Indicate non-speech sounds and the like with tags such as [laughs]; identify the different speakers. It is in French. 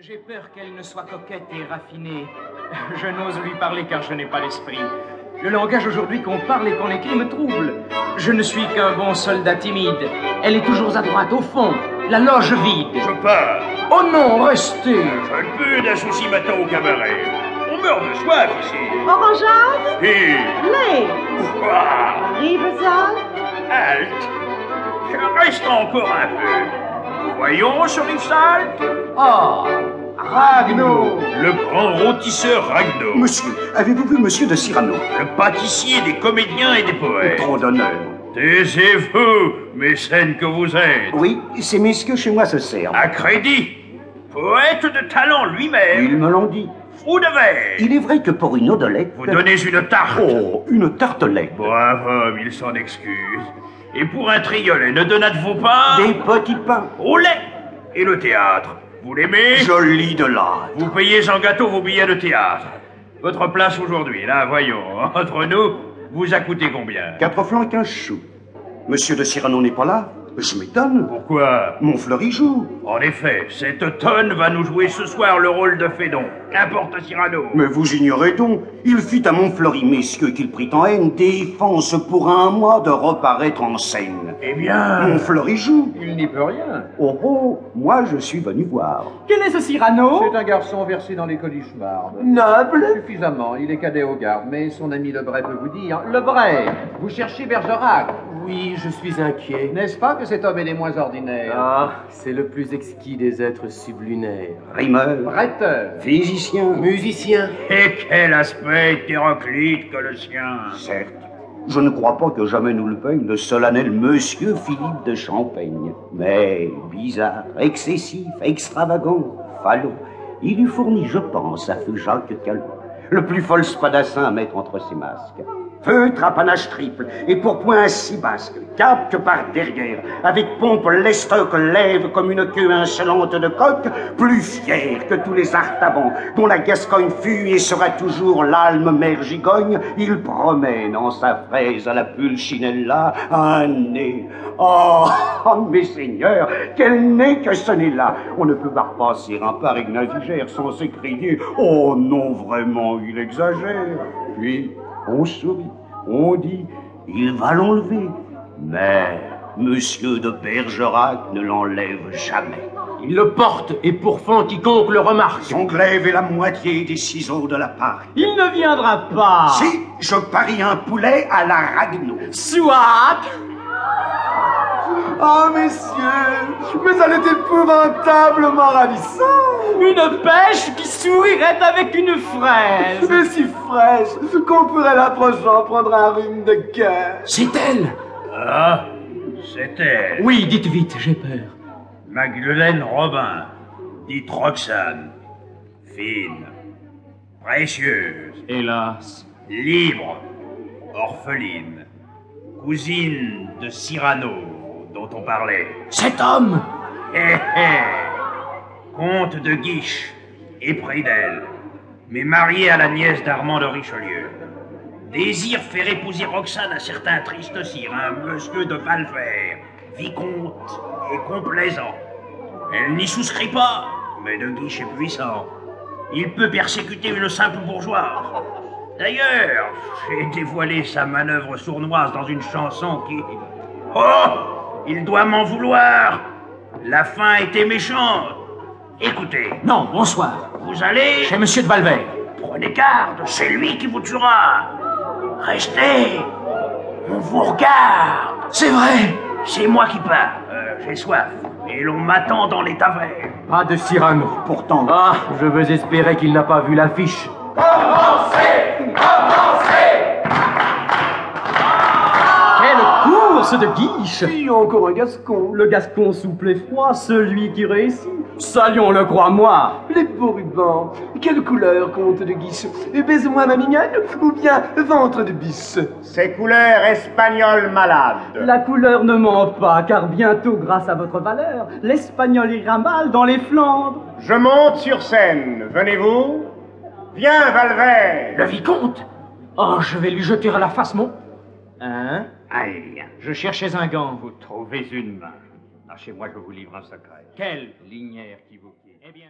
Speaker 1: J'ai peur qu'elle ne soit coquette et raffinée. [laughs] Je n'ose lui parler car je n'ai pas l'esprit. Le langage aujourd'hui qu'on parle et qu'on écrit me trouble. Je ne suis qu'un bon soldat timide. Elle est toujours à droite, au fond, la loge vide.
Speaker 2: Je pars.
Speaker 1: Oh non, restez
Speaker 2: Je ne plus d'un souci matin au cabaret. On meurt de soif ici.
Speaker 3: Orangeade,
Speaker 2: Et...
Speaker 3: lait,
Speaker 2: Ah,
Speaker 3: Rivesaltes,
Speaker 2: halte. Reste encore un peu. Voyons, ce salte.
Speaker 1: Oh Ragno
Speaker 2: Le grand rôtisseur Ragno.
Speaker 4: Monsieur, avez-vous vu Monsieur de Cyrano
Speaker 2: Le pâtissier des comédiens et des poètes.
Speaker 4: Trop d'honneur.
Speaker 2: Taisez-vous, mécène que vous êtes.
Speaker 4: Oui, c'est messieurs chez moi se servent.
Speaker 2: À crédit. Poète de talent lui-même.
Speaker 4: Ils me l'ont dit.
Speaker 2: Fou de verre.
Speaker 4: Il est vrai que pour une odolette...
Speaker 2: Vous donnez une tarte.
Speaker 4: Oh, une tartelette.
Speaker 2: Brave homme, il s'en excuse. Et pour un triolet, ne donnâtes-vous pas
Speaker 4: Des petits pains.
Speaker 2: au lait Et le théâtre Vous l'aimez
Speaker 4: Joli de là.
Speaker 2: Vous payez en gâteau vos billets de théâtre. Votre place aujourd'hui, là, voyons, [laughs] entre nous, vous a coûté combien
Speaker 4: Quatre flancs et quinze choux. Monsieur de Cyrano n'est pas là Je m'étonne.
Speaker 2: Pourquoi
Speaker 4: Mon fleury joue.
Speaker 2: En effet, cette tonne va nous jouer ce soir le rôle de Fédon. Qu'importe Cyrano
Speaker 4: Mais vous ignorez donc, il fit à Montfleury, messieurs, qu'il prit en haine défense pour un mois de reparaître en scène.
Speaker 2: Eh bien,
Speaker 4: Montfleury joue.
Speaker 5: Il n'y peut rien.
Speaker 4: Oh oh, moi je suis venu voir.
Speaker 1: Quel est ce Cyrano
Speaker 5: C'est un garçon versé dans les colichembardes.
Speaker 1: Noble
Speaker 5: Suffisamment, il est cadet au garde, mais son ami Lebray peut vous dire Lebray, vous cherchez Bergerac.
Speaker 6: Oui, je suis inquiet.
Speaker 5: N'est-ce pas que cet homme est des moins ordinaires
Speaker 6: Ah, c'est le plus exquis des êtres sublunaires.
Speaker 4: Rimeur,
Speaker 5: Rhéteur.
Speaker 4: physicien.
Speaker 6: Musicien
Speaker 2: et quel aspect hétéroclite que le sien
Speaker 4: Certes, je ne crois pas que jamais nous le paye le solennel monsieur Philippe de Champagne. Mais bizarre, excessif, extravagant, falot, il eût fourni, je pense, à feu Jacques Calvin, le plus folle spadassin à mettre entre ses masques. Feutre à panache triple et pour point si basque, cap que par derrière, avec pompe l'estoc lève comme une queue insolente de coq, plus fier que tous les artabans dont la Gascogne fut et sera toujours l'alme mère gigogne, il promène en sa fraise à la pulchinella un nez. Oh, [laughs] oh, mes seigneurs, quel nez que ce nez-là On ne peut pas passer un par navigère sans s'écrier « Oh non, vraiment, il exagère !» Puis, on sourit, on dit « Il va l'enlever !» Mais Monsieur de Bergerac ne l'enlève jamais.
Speaker 6: Il le porte et pourfend quiconque le remarque.
Speaker 4: Son glaive est la moitié des ciseaux de la part.
Speaker 1: Il ne viendra pas
Speaker 4: Si je parie un poulet à la ragno.
Speaker 1: Soit
Speaker 7: Ah, messieurs, mais elle est épouvantablement ravissante.
Speaker 1: Une pêche qui sourirait avec une fraise
Speaker 7: Mais si fraîche qu'on pourrait l'approchant prendre un rhume de cœur.
Speaker 6: C'est elle
Speaker 2: Ah, c'est elle.
Speaker 6: Oui, dites vite, j'ai peur.
Speaker 2: Magdeleine Robin, dite Roxane. Fine, précieuse,
Speaker 6: Hélas.
Speaker 2: libre, orpheline, cousine de Cyrano, dont on parlait.
Speaker 6: Cet homme
Speaker 2: Hé hé Comte de Guiche, épris d'elle, mais marié à la nièce d'Armand de Richelieu. Désire faire épouser Roxane à certain triste sire, un monsieur de Valvert, vicomte et complaisant. Elle n'y souscrit pas, mais de Guiche est puissant. Il peut persécuter une simple bourgeoise. D'ailleurs, j'ai dévoilé sa manœuvre sournoise dans une chanson qui... Oh Il doit m'en vouloir La fin était méchante Écoutez,
Speaker 6: Non, bonsoir.
Speaker 2: vous allez...
Speaker 6: Chez Monsieur de Valvert.
Speaker 2: Prenez garde, c'est lui qui vous tuera Restez On vous regarde
Speaker 6: C'est vrai
Speaker 2: C'est moi qui pars, Euh, j'ai soif, et l'on m'attend dans les tavernes
Speaker 6: Pas de Cyrano.
Speaker 4: Pourtant,
Speaker 6: Ah, je veux espérer qu'il n'a pas vu l'affiche.
Speaker 1: Quelle course de guiche
Speaker 7: Puis encore un gascon.
Speaker 1: Le gascon souple et froid, celui qui réussit. Saluons le crois-moi.
Speaker 7: Les beaux rubans. Quelle couleur, comte de guiche Baise-moi, ma mignonne, ou bien ventre de biche
Speaker 8: Ces couleurs espagnoles malades.
Speaker 1: La couleur ne ment pas, car bientôt, grâce à votre valeur, l'espagnol ira mal dans les Flandres.
Speaker 8: Je monte sur scène, venez-vous Viens, Valvert
Speaker 6: Le vicomte Oh, je vais lui jeter à la face mon...
Speaker 1: Hein
Speaker 2: Aïe,
Speaker 1: Je cherchais un gant.
Speaker 2: vous trouvez une main. Ah, chez moi, je vous livre un secret.
Speaker 1: Quelle lignière qui vous Eh bien...